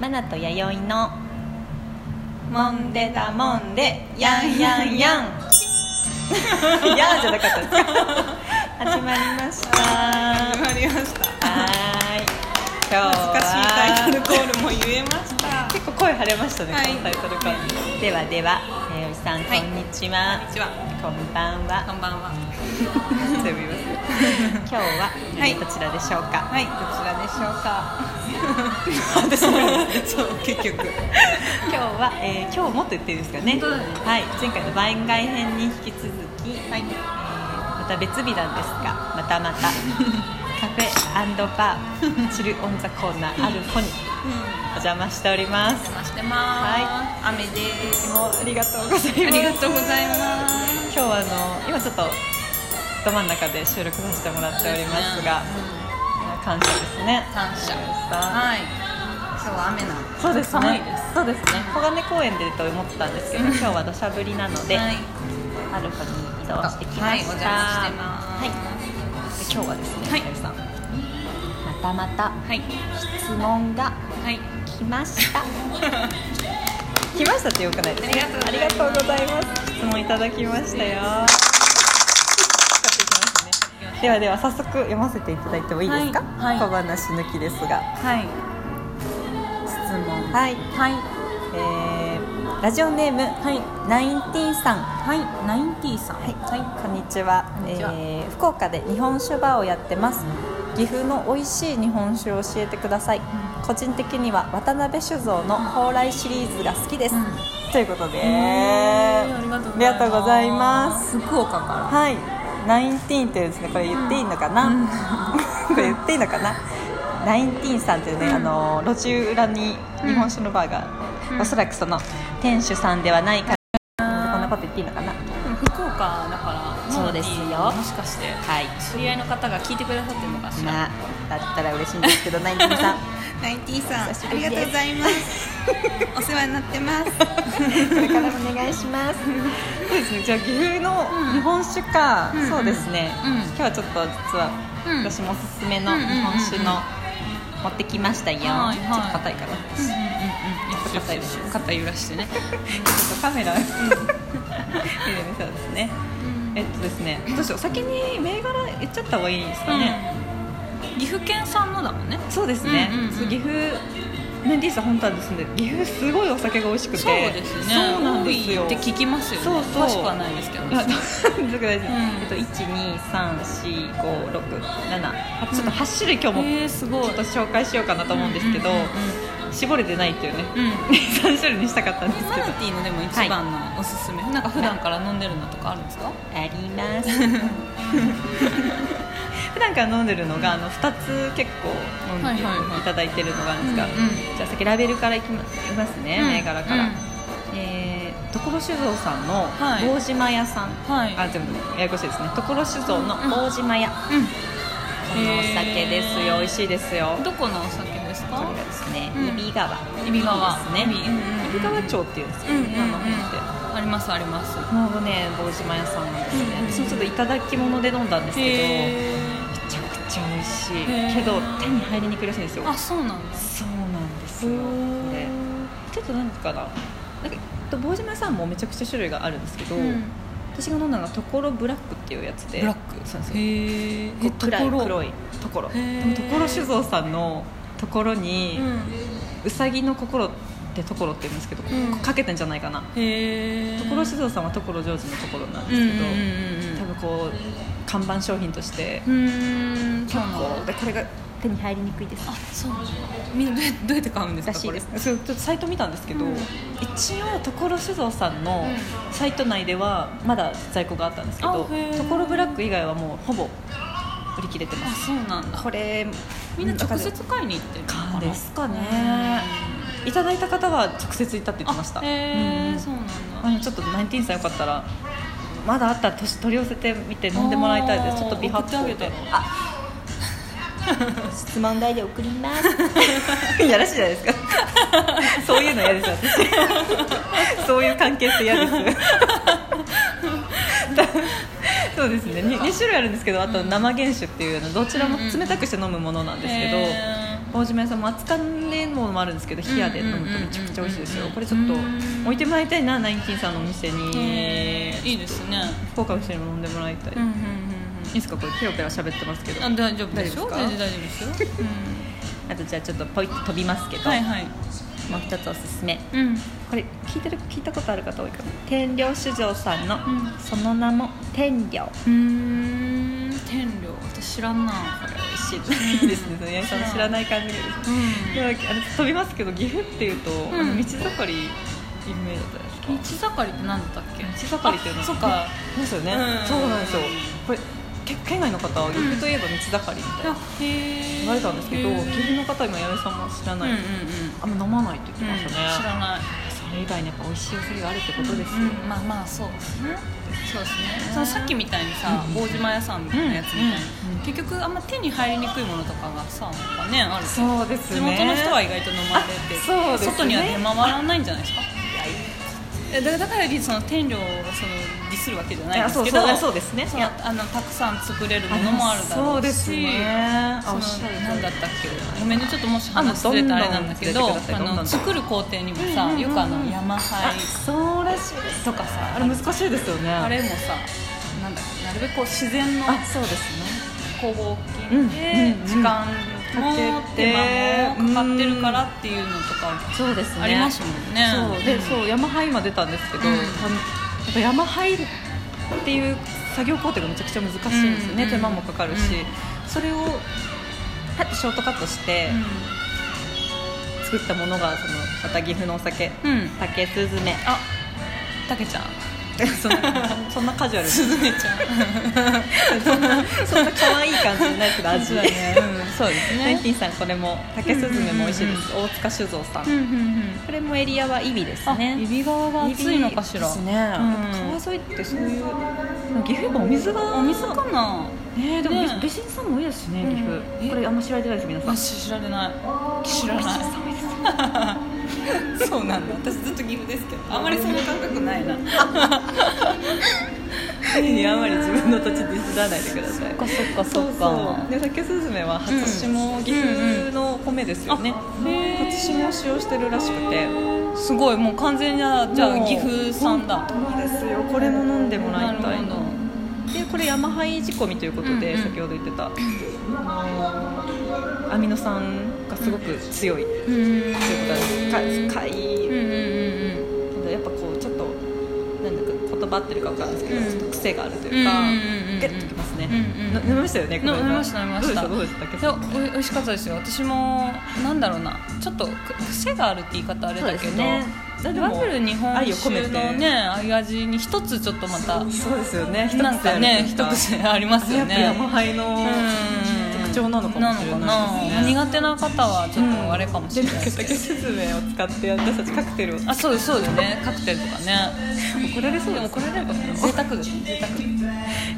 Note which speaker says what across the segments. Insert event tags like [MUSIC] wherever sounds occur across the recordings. Speaker 1: マナと弥生の
Speaker 2: もんでたもんでやんやんやん
Speaker 1: [LAUGHS] やーじゃなかったですか始まりましたは
Speaker 2: 始まりました
Speaker 1: ーい今日は
Speaker 2: 懐かしいタイトルコールも言えました
Speaker 1: 結構声腫れましたね、
Speaker 2: はい
Speaker 1: このタイトルコールではでは弥生さんこ
Speaker 2: はい
Speaker 1: んにちは、
Speaker 2: こんにちは
Speaker 1: こんばんは
Speaker 2: こんばんは
Speaker 1: 全部言います今日は、
Speaker 2: はい
Speaker 1: どちらでしょうか
Speaker 2: はいどちらでしょうか
Speaker 1: 私
Speaker 2: そう結局
Speaker 1: 今日は、えー今日もっと言っていいですかね
Speaker 2: 本当だね
Speaker 1: はい前回の番外編に引き続き、
Speaker 2: はい
Speaker 1: えーまた別日なんですがまたま [LAUGHS] たカフェバーチルオンザコーナーアルフォにお邪魔しております
Speaker 2: 邪魔してます雨です
Speaker 1: もうありがとうございます
Speaker 2: ありがとうございます
Speaker 1: 今日はあの今ちょっとど真ん中で収録させてもらっておりますが
Speaker 2: うん
Speaker 1: 感謝ですね
Speaker 2: 感謝
Speaker 1: は
Speaker 2: はい今日は雨なの
Speaker 1: そうですね
Speaker 2: 寒いです
Speaker 1: そうですね小金公園でと思ってたんですけど今日は土砂降りなので、
Speaker 2: はい
Speaker 1: アルファに移動してきま
Speaker 2: はいお
Speaker 1: した。
Speaker 2: 邪魔してます
Speaker 1: はいで今日はですね、
Speaker 2: はい
Speaker 1: さゆりさん、またまた
Speaker 2: はい
Speaker 1: 質問が
Speaker 2: はい
Speaker 1: 来ました。 [LAUGHS] 来ましたってよくないですか。
Speaker 2: ありがとうご
Speaker 1: ありがとう
Speaker 2: ざいます
Speaker 1: ございます。質問いただきましたよ。買ってきますね。ではでは早速読ませていただいてもいいですか。
Speaker 2: はいはい
Speaker 1: 小話抜きですが、
Speaker 2: はい質問
Speaker 1: はい、
Speaker 2: はい
Speaker 1: えー、ラジオネーム
Speaker 2: はい
Speaker 1: ナインティさん。
Speaker 2: はいナインティさん
Speaker 1: はい、
Speaker 2: は
Speaker 1: こんにちは
Speaker 2: こんにちは
Speaker 1: えー福岡で日本酒バーをやってます岐阜の美味しい日本酒を教えてください、個人的には渡辺酒造の蓬莱シリーズが好きです、
Speaker 2: うん
Speaker 1: ということで、
Speaker 2: へーありがとうございま
Speaker 1: あ
Speaker 2: す
Speaker 1: りがとうございます
Speaker 2: 福岡から
Speaker 1: はいナインティーンというですねこれ言っていいのかな、
Speaker 2: うん
Speaker 1: [LAUGHS] これ言っていいのかなナインティーンさんというね、
Speaker 2: うん
Speaker 1: あの路地裏に日本酒のバーが、
Speaker 2: うん
Speaker 1: おそらくその店主さんではないかな、こんなこと言っていいのかな
Speaker 2: でも福岡だから
Speaker 1: そうですよ
Speaker 2: マナティーもしかして
Speaker 1: はい
Speaker 2: 知り合いの方が聞いてくださってるのかし
Speaker 1: ま
Speaker 2: ら
Speaker 1: あ、だったら嬉しいんですけど、ナインティ [LAUGHS] さん。
Speaker 2: ナインティーさん
Speaker 1: 久しぶりです
Speaker 2: いますお世話になって [LAUGHS] ます
Speaker 1: これからもお願いします。そうですね、じゃあ、岐阜の日本酒か、
Speaker 2: うん
Speaker 1: そうですね、
Speaker 2: うん
Speaker 1: 今日はちょっと、実は、
Speaker 2: うん
Speaker 1: 私もおすすめの
Speaker 2: うん
Speaker 1: 日
Speaker 2: うんうんうん
Speaker 1: 本酒の。持ってきましたよ。
Speaker 2: はいはい
Speaker 1: ちょっと硬いかな。ちょっと硬いです。ちょっ
Speaker 2: 肩揺らしてね
Speaker 1: とカメ [LAUGHS] ラ。見てみそうですね。えっとですね、どうしよう、先に銘柄言っちゃった方がいいですかね。
Speaker 2: 岐阜県産のだもんね
Speaker 1: そうですね
Speaker 2: うんうんうん。
Speaker 1: そう岐阜。メンディーさん本当はですね、岐阜すごいお酒が美味しくて。
Speaker 2: そうですね
Speaker 1: そうなんですよ。
Speaker 2: 多いって聞きますよね
Speaker 1: そうそう
Speaker 2: 詳しくはないです
Speaker 1: [LAUGHS]
Speaker 2: けど
Speaker 1: いや、全く大丈夫。
Speaker 2: うん
Speaker 1: えっと、一二三四五六七、八ちょっと八種類今日も。
Speaker 2: えー、すごい
Speaker 1: ちょっと紹介しようかなと思うんですけど
Speaker 2: うんうん、
Speaker 1: 絞れてないっていうね。
Speaker 2: うんうん
Speaker 1: [LAUGHS] 三種類にしたかったんです
Speaker 2: マ
Speaker 1: け
Speaker 2: ナ
Speaker 1: ど。
Speaker 2: ティーのでも一番のおすすめ、なんか普段から飲んでるのとかあるんですか
Speaker 1: あり
Speaker 2: [LAUGHS]
Speaker 1: ます。普段から飲んでるのが、あの二つ結構飲んで
Speaker 2: はいはいはい
Speaker 1: いただいてるのがあるんですが。
Speaker 2: うん
Speaker 1: じゃあ、先ラベルからいきます。いきますね、銘柄か
Speaker 2: う
Speaker 1: ら
Speaker 2: ん。
Speaker 1: えー所酒造さんの
Speaker 2: はい
Speaker 1: 大島屋さん。
Speaker 2: はい
Speaker 1: あ、でも、ややこしいですね。所酒造の大島屋。
Speaker 2: う
Speaker 1: このお酒ですよ、美味しいですよ。
Speaker 2: んどこのお酒です
Speaker 1: こ
Speaker 2: か
Speaker 1: れがですね、
Speaker 2: うん
Speaker 1: 揖斐川。
Speaker 2: 揖斐川
Speaker 1: ですね。
Speaker 2: 揖斐うんうんうん
Speaker 1: 揖斐川町っていうんですけ
Speaker 2: う
Speaker 1: ど、
Speaker 2: んうんう
Speaker 1: ね
Speaker 2: ん
Speaker 1: あの辺って。
Speaker 2: ありますあります
Speaker 1: もうね、坊島屋さんなんですね。
Speaker 2: うんうん
Speaker 1: 私もちょっといただき物で飲んだんですけど、め
Speaker 2: へー
Speaker 1: ちゃくちゃ美味し
Speaker 2: へ
Speaker 1: い。
Speaker 2: ー
Speaker 1: けど手に入りにくいらしいんですよ。
Speaker 2: あそうなんです
Speaker 1: そうなんですよ。これちょっとなんかな、なんかえっと坊島屋さんもめちゃくちゃ種類があるんですけど、
Speaker 2: うん
Speaker 1: 私が飲んだのがところブラックっていうやつで、
Speaker 2: ブラック
Speaker 1: そうなんですよ。
Speaker 2: へえ
Speaker 1: こう暗い黒いところ。
Speaker 2: へ
Speaker 1: で
Speaker 2: ー
Speaker 1: もところ酒造さんのところに。うさぎの心ってところって言うんですけど、
Speaker 2: うん
Speaker 1: かけてんじゃないかな
Speaker 2: へえ
Speaker 1: 所
Speaker 2: し
Speaker 1: 酒造さんは所ジョージのところなん
Speaker 2: う
Speaker 1: で
Speaker 2: んうん
Speaker 1: す
Speaker 2: う
Speaker 1: けど、多
Speaker 2: ん
Speaker 1: 分こう看板商品として、
Speaker 2: うんうんそう
Speaker 1: 結
Speaker 2: なんだ
Speaker 1: 構でこれが手に入りにくいです
Speaker 2: あそうなんだみんなどうやどうやって買うんですから
Speaker 1: しいですそうちょっとサイト見たんですけど、
Speaker 2: うん
Speaker 1: 一応所酒造さんの
Speaker 2: う
Speaker 1: サイト内ではまだ在庫があったんですけど
Speaker 2: あへー
Speaker 1: 所ブラック以外はもうほぼ売り切れて
Speaker 2: こ
Speaker 1: ま
Speaker 2: れあ
Speaker 1: す
Speaker 2: そうなんだ
Speaker 1: これ
Speaker 2: みんな直接買いに行ってるのかな
Speaker 1: ですかねいただいた方は直接行ったって言ってました
Speaker 2: あへ
Speaker 1: うんう
Speaker 2: え
Speaker 1: ん
Speaker 2: そうなん
Speaker 1: あ
Speaker 2: だ
Speaker 1: のちょっとナインティーンさんよかったらまだあったら年取り寄せてみて飲んでもらいたいですちょっと美発
Speaker 2: 送
Speaker 1: 酵
Speaker 2: ってあ
Speaker 1: で
Speaker 2: げたら
Speaker 1: あ質問台で送ります [LAUGHS] いやらしいじゃないですかそういうの嫌です私そういう関係性嫌です [LAUGHS] そうですね 2, 種類あるんですけどあと生原酒っていうのどちらも冷たくして飲むものなんですけど、
Speaker 2: へ
Speaker 1: 棒締め屋さんも熱燗で飲むのもあるんですけど冷やで飲むとめちゃくちゃ美味しいですよ
Speaker 2: うんうん
Speaker 1: これちょっと
Speaker 2: うん
Speaker 1: 置いてもらいたいなナインティーンさんのお店に
Speaker 2: へえいいですね
Speaker 1: 福岡の人にも飲んでもらいたい、
Speaker 2: うんうんうん
Speaker 1: いいですかこれペラペラ喋ってますけど
Speaker 2: うんあ大丈夫でしょ
Speaker 1: 大
Speaker 2: 大
Speaker 1: 丈
Speaker 2: 丈
Speaker 1: 夫
Speaker 2: 夫ですよ、
Speaker 1: あとじゃあちょっとポイッと飛びますけ
Speaker 2: うん
Speaker 1: ど、
Speaker 2: はい [LAUGHS] はい
Speaker 1: もう一つおすすめ
Speaker 2: うん
Speaker 1: これ聞いてる聞いたことある方多いかも天領酒造さんの、
Speaker 2: ん
Speaker 1: その名も天領
Speaker 2: うーん天領私知らんなこれ
Speaker 1: 美味しいです [LAUGHS] ねその八重さんの知らない感じがいいですねで
Speaker 2: うん
Speaker 1: もあれ飛びますけど岐阜っていうと、あの道盛り有名だったじゃないで
Speaker 2: 道盛りって何だったっけ
Speaker 1: すか道盛りっていうの
Speaker 2: あそっか
Speaker 1: そうですよね、
Speaker 2: うん
Speaker 1: そうなんですよこれけ県外の方は岐阜といえば道盛りみたいな
Speaker 2: あへえ
Speaker 1: 言われたんですけど、
Speaker 2: うんうんうん
Speaker 1: 岐阜の方今八重さんも知らない、あんま飲まないって言ってましたね、
Speaker 2: 知らない
Speaker 1: それ以外にやっぱ美味しいお酒があるってことですよ、
Speaker 2: うんまあまあそうですねそうですねそのさっきみたいにさ
Speaker 1: うん
Speaker 2: 棒島屋さんみたいなやつみたい
Speaker 1: うんう
Speaker 2: な
Speaker 1: ん
Speaker 2: 結局あんま手に入りにくいものとかがさやっぱねあると
Speaker 1: そうですね
Speaker 2: 地元の人は意外と飲まれて
Speaker 1: あそうですね
Speaker 2: 外には出回らないんじゃないですかえだからだからよりその天領をそのディスるわけじゃないん
Speaker 1: あ
Speaker 2: です
Speaker 1: そう
Speaker 2: け
Speaker 1: そ
Speaker 2: ど
Speaker 1: うそうですね
Speaker 2: そ
Speaker 1: い
Speaker 2: の
Speaker 1: や
Speaker 2: あのたくさん作れるものもあるだろうし
Speaker 1: そうですねあ
Speaker 2: そ
Speaker 1: お
Speaker 2: の
Speaker 1: っしゃる通り
Speaker 2: 何だったっけごめんねちょっともし話ずれたあれなんだけど
Speaker 1: あもうどんどんずれてくださいどんど
Speaker 2: あ
Speaker 1: ん
Speaker 2: の作る工程にも
Speaker 1: うんうんうん
Speaker 2: さ
Speaker 1: うん
Speaker 2: よくあの山
Speaker 1: あ
Speaker 2: 灰
Speaker 1: そうらしいです
Speaker 2: とかさ
Speaker 1: あれ難しいですよね
Speaker 2: あれもさなんだっけなるべくこう自然の
Speaker 1: あそうですね
Speaker 2: 工房金で
Speaker 1: うんうんうん
Speaker 2: 時間も
Speaker 1: かけて
Speaker 2: 手間もかかってるからっていうのとか
Speaker 1: そうですね
Speaker 2: ありますもんね
Speaker 1: そうでそうヤマハ今出たんですけど、
Speaker 2: うん
Speaker 1: あのやっぱヤマハっていう作業工程がめちゃくちゃ難しいんですよね、
Speaker 2: うん
Speaker 1: 手間もかかるし、
Speaker 2: う
Speaker 1: それをパッとショートカットして作ったものがそのまた岐阜のお酒、
Speaker 2: うんうん
Speaker 1: 竹スズメ
Speaker 2: あたけちゃん
Speaker 1: [LAUGHS] そんなそんなカジュアル
Speaker 2: す
Speaker 1: に
Speaker 2: ずめちゃん
Speaker 1: そんな可愛い感じにないけど [LAUGHS] 味
Speaker 2: そうだねうん
Speaker 1: そうです
Speaker 2: ね
Speaker 1: [LAUGHS] ナインティーンさんこれも竹スズメも美味しいです、大塚酒造さん、
Speaker 2: うんうん
Speaker 1: これもエリアはイビです
Speaker 2: あ
Speaker 1: ね
Speaker 2: 指側が熱いのかしら
Speaker 1: ですね、
Speaker 2: うん
Speaker 1: 川沿いってそういう岐阜やっぱお水が
Speaker 2: お水かな
Speaker 1: ねでも
Speaker 2: ね
Speaker 1: 美人さんも多いですしね岐阜、
Speaker 2: うんえ
Speaker 1: これあんま知られてないです皆さん
Speaker 2: 私知られない知らない
Speaker 1: 寒いですね
Speaker 2: そうなんだ私ずっと岐阜ですけどあんまりその感覚ない
Speaker 1: [LAUGHS]
Speaker 2: な
Speaker 1: あんまり自分の土地ディスらないでください
Speaker 2: そっかそっか
Speaker 1: そうそうで酒スズメは初霜岐阜の米ですよね、
Speaker 2: うんうんあへー
Speaker 1: 初霜を使用してるらしくて
Speaker 2: すごいもう完全にあじゃあ
Speaker 1: もう
Speaker 2: 岐阜さんだ
Speaker 1: 本当ですよこれも飲んでもらいたい
Speaker 2: なるほ
Speaker 1: でこれヤマハイ仕込みということで、
Speaker 2: うんうん
Speaker 1: 先ほど言ってたあのアミノ酸がすごく強い、
Speaker 2: どうん
Speaker 1: ということで深い、
Speaker 2: うんうん
Speaker 1: けどやっぱこうちょっとなんだか言葉合ってるかわかんないですけど、
Speaker 2: うん
Speaker 1: ちょっと癖があると
Speaker 2: う
Speaker 1: い
Speaker 2: ん
Speaker 1: うか、
Speaker 2: うん
Speaker 1: ゲッときますね、
Speaker 2: うん
Speaker 1: の
Speaker 2: うん
Speaker 1: 飲みましたよねこの間
Speaker 2: 飲みました飲みました
Speaker 1: どうでしたどうで
Speaker 2: い
Speaker 1: した
Speaker 2: やおい美味しかったですよ私もなんだろうなちょっとく癖があるって言い方あれだけ
Speaker 1: そうです
Speaker 2: ど、
Speaker 1: ね
Speaker 2: だってワッフル日本
Speaker 1: 愛を込め
Speaker 2: 酒
Speaker 1: て
Speaker 2: のねああいう味に一つちょっとまた
Speaker 1: そうですよね
Speaker 2: なんかね一
Speaker 1: あ
Speaker 2: 癖あります
Speaker 1: るや
Speaker 2: よ
Speaker 1: っぱ
Speaker 2: ね
Speaker 1: 山杯の
Speaker 2: うん
Speaker 1: 特徴なのかもしれ
Speaker 2: なの
Speaker 1: ないですね
Speaker 2: かな苦手な方はちょっとあれかもしれないですけ
Speaker 1: で
Speaker 2: ど
Speaker 1: んか竹スズメを使って私たちカクテルを
Speaker 2: あそうですそうですねカクテルとかね
Speaker 1: 怒られそう
Speaker 2: で
Speaker 1: で
Speaker 2: も
Speaker 1: す
Speaker 2: 怒られるかもね贅沢ですね贅沢
Speaker 1: い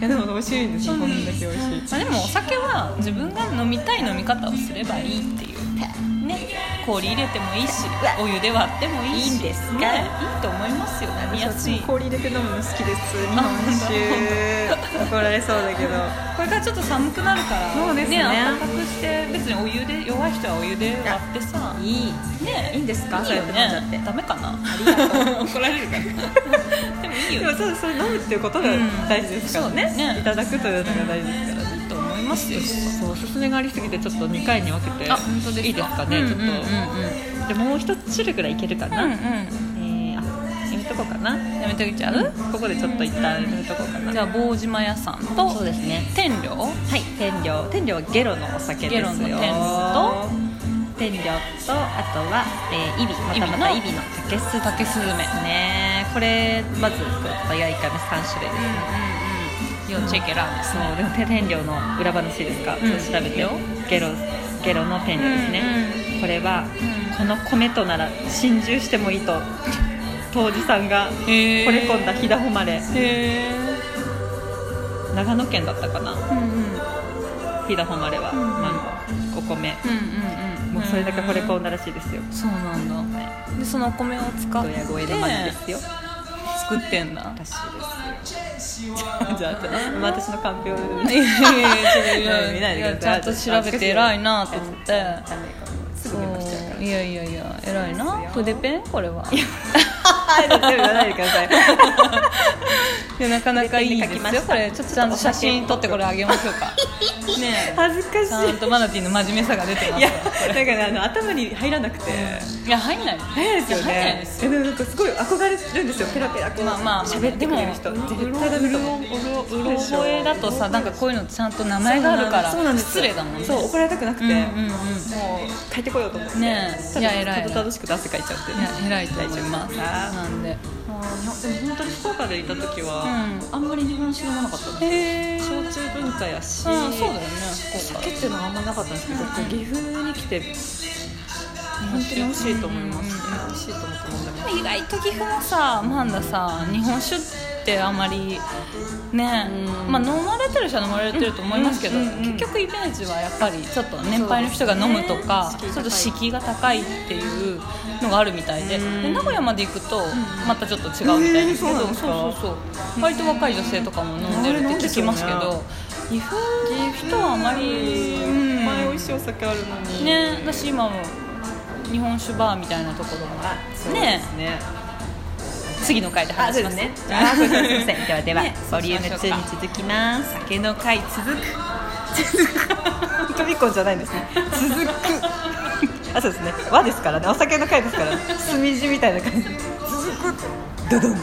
Speaker 1: やでも美味しいんですよ
Speaker 2: うん
Speaker 1: こんだけ美味しい
Speaker 2: まあ、でもお酒は自分が飲みたい飲み方をすればいいっていうね氷入れてもいいしお湯で割ってもいいし
Speaker 1: いいんですか
Speaker 2: ね、いいと思いますよ飲みやすい
Speaker 1: 私氷入れて飲むの好きです日
Speaker 2: あ
Speaker 1: 本酒怒られそうだけど
Speaker 2: これからちょっと寒くなるから
Speaker 1: そうですね
Speaker 2: 暖かくして別にお湯で弱い人はお湯で割ってさ
Speaker 1: いい
Speaker 2: ね
Speaker 1: いいんですか
Speaker 2: いいよ
Speaker 1: そうやって飲んじゃ
Speaker 2: ね
Speaker 1: って
Speaker 2: ダメかな
Speaker 1: ありがと
Speaker 2: 怒られるかなでもいい
Speaker 1: で
Speaker 2: よ
Speaker 1: も
Speaker 2: ね
Speaker 1: そうそれ飲むっていうことが大事ですからね,、
Speaker 2: うんそうね
Speaker 1: いただくというのが大事ですから、
Speaker 2: いいと思いますよ
Speaker 1: そうおすすめがありすぎてちょっと2回に分けて
Speaker 2: あ本当ですか
Speaker 1: いいですかね、
Speaker 2: うん
Speaker 1: ちょっと、
Speaker 2: うんうん
Speaker 1: でもう一種類ぐらいいけるかな、
Speaker 2: うんう
Speaker 1: えーあやめとこうかな、
Speaker 2: んやめてきちゃう、
Speaker 1: ここでちょっと一旦やめとこうかな
Speaker 2: じゃあ棒島屋さんと
Speaker 1: そうですね
Speaker 2: 天領
Speaker 1: はい天領天領はゲロのお酒ですよ
Speaker 2: ゲロの天と
Speaker 1: 天領とあとは、えー、イビまたまたイ
Speaker 2: イ
Speaker 1: ビ
Speaker 2: ビ
Speaker 1: の
Speaker 2: の
Speaker 1: 竹す
Speaker 2: 竹スズメ
Speaker 1: ねこれまずこう早いかめ3種類ですね、
Speaker 2: 要チェケラです
Speaker 1: そうでも手天領の裏話ですか、
Speaker 2: うん
Speaker 1: ちょっと調べて
Speaker 2: いいよ
Speaker 1: ゲロゲロの天領ですね、これは、
Speaker 2: うん
Speaker 1: この米となら心中してもいいと当時さんが
Speaker 2: うんへ
Speaker 1: 惚れ込んだ飛騨誉れ
Speaker 2: へ
Speaker 1: 長野県だったかな
Speaker 2: うんうんうんうん
Speaker 1: 飛騨誉れは、
Speaker 2: うん
Speaker 1: あのお米
Speaker 2: うん
Speaker 1: もうそれだけ惚れ込んだ
Speaker 2: だ
Speaker 1: らしいですよ
Speaker 2: そうなんだでそのお米を使っ
Speaker 1: ド
Speaker 2: て
Speaker 1: ヤ声のマネですよ
Speaker 2: 使作ってんだ
Speaker 1: らしいですよ
Speaker 2: じゃあ
Speaker 1: まあ私のカンペを
Speaker 2: いやいやいや
Speaker 1: [LAUGHS] 見
Speaker 2: い
Speaker 1: な
Speaker 2: や
Speaker 1: い
Speaker 2: い
Speaker 1: で
Speaker 2: や
Speaker 1: くだ
Speaker 2: ち
Speaker 1: さ
Speaker 2: ゃ
Speaker 1: い
Speaker 2: んと調べて偉いなと思って
Speaker 1: ダメかもすぐメモしちゃうから
Speaker 2: そういやいやいや偉
Speaker 1: そ
Speaker 2: い
Speaker 1: うです
Speaker 2: な
Speaker 1: よ
Speaker 2: 筆ペンこれは
Speaker 1: はい全部言わないでください
Speaker 2: いやなかなかいいです
Speaker 1: 筆ペンで書きま
Speaker 2: よ
Speaker 1: した
Speaker 2: これちょっとちゃんと写真撮ってこれあげましょうかね
Speaker 1: 恥ずか
Speaker 2: えちゃんとマナティーの真面目さが出てま
Speaker 1: い
Speaker 2: す
Speaker 1: や
Speaker 2: わ
Speaker 1: なんかねあの頭に入らなくて
Speaker 2: いや入んない
Speaker 1: 早いですよ
Speaker 2: や入んない
Speaker 1: ね
Speaker 2: です
Speaker 1: いやでもなんかすごい憧れるんですよペラペラこう
Speaker 2: まあまあ
Speaker 1: 喋ってくれる人
Speaker 2: でも
Speaker 1: 絶対ダメだと思う
Speaker 2: うろ覚えだとさなんかこういうのちゃんと名前があるから
Speaker 1: そうなんです
Speaker 2: 失礼だもんね
Speaker 1: そう怒られたくなくて、
Speaker 2: うんうん
Speaker 1: も
Speaker 2: うん
Speaker 1: う帰ってこようと思って
Speaker 2: ねえ
Speaker 1: ただ
Speaker 2: いや偉い
Speaker 1: ただ楽しくて汗かいちゃって
Speaker 2: いや偉いと思います
Speaker 1: 大丈夫
Speaker 2: なんで
Speaker 1: もうでも本当に福岡でいた時は、
Speaker 2: う
Speaker 1: あんまり日本酒飲まなかったん
Speaker 2: ん
Speaker 1: で
Speaker 2: へえ
Speaker 1: す焼酎文化やし、
Speaker 2: うんそうだよね福岡
Speaker 1: 酒っていうのはあんまなかったんですけど、岐阜に来て本当に美味しいと思います、ね美味しいと思って飲んだけど
Speaker 2: 意外と岐阜もさマンダさ日本酒ってあまりね、
Speaker 1: うん
Speaker 2: まあ飲まれてる人は飲まれてると思いますけど、
Speaker 1: うんうんうん
Speaker 2: 結局イメージはやっぱりちょっと年配の人が飲むとか、
Speaker 1: そうですね
Speaker 2: ちょっと敷居が高いっていうのがあるみたいで,、
Speaker 1: うん
Speaker 2: で名古屋まで行くとまたちょっと違うみたいですけ
Speaker 1: へーそう
Speaker 2: ど、
Speaker 1: なん
Speaker 2: そう
Speaker 1: ですか
Speaker 2: そうそう割と若い女性とかも飲んでるって聞きますけ
Speaker 1: あれなん
Speaker 2: ど、岐阜の人はあまり、うん
Speaker 1: 前美味しいお酒あるのに
Speaker 2: ねだし今も日本酒バーみたいなところも
Speaker 1: あそうで
Speaker 2: ね
Speaker 1: すね
Speaker 2: 次の回で
Speaker 1: あ、
Speaker 2: 話
Speaker 1: そう
Speaker 2: し
Speaker 1: で
Speaker 2: ます
Speaker 1: [LAUGHS]
Speaker 2: す
Speaker 1: ね。あ、そうですね。すみませ [LAUGHS] ん。ではでは、
Speaker 2: ね
Speaker 1: ボリューム2に続きます。酒の会続く。 [LAUGHS] 続く。飛び込んじゃないんですね。続く。あ、そうですね。和ですからね。お酒の会ですから、ね。墨字みたいな感じ。続く。ドドン。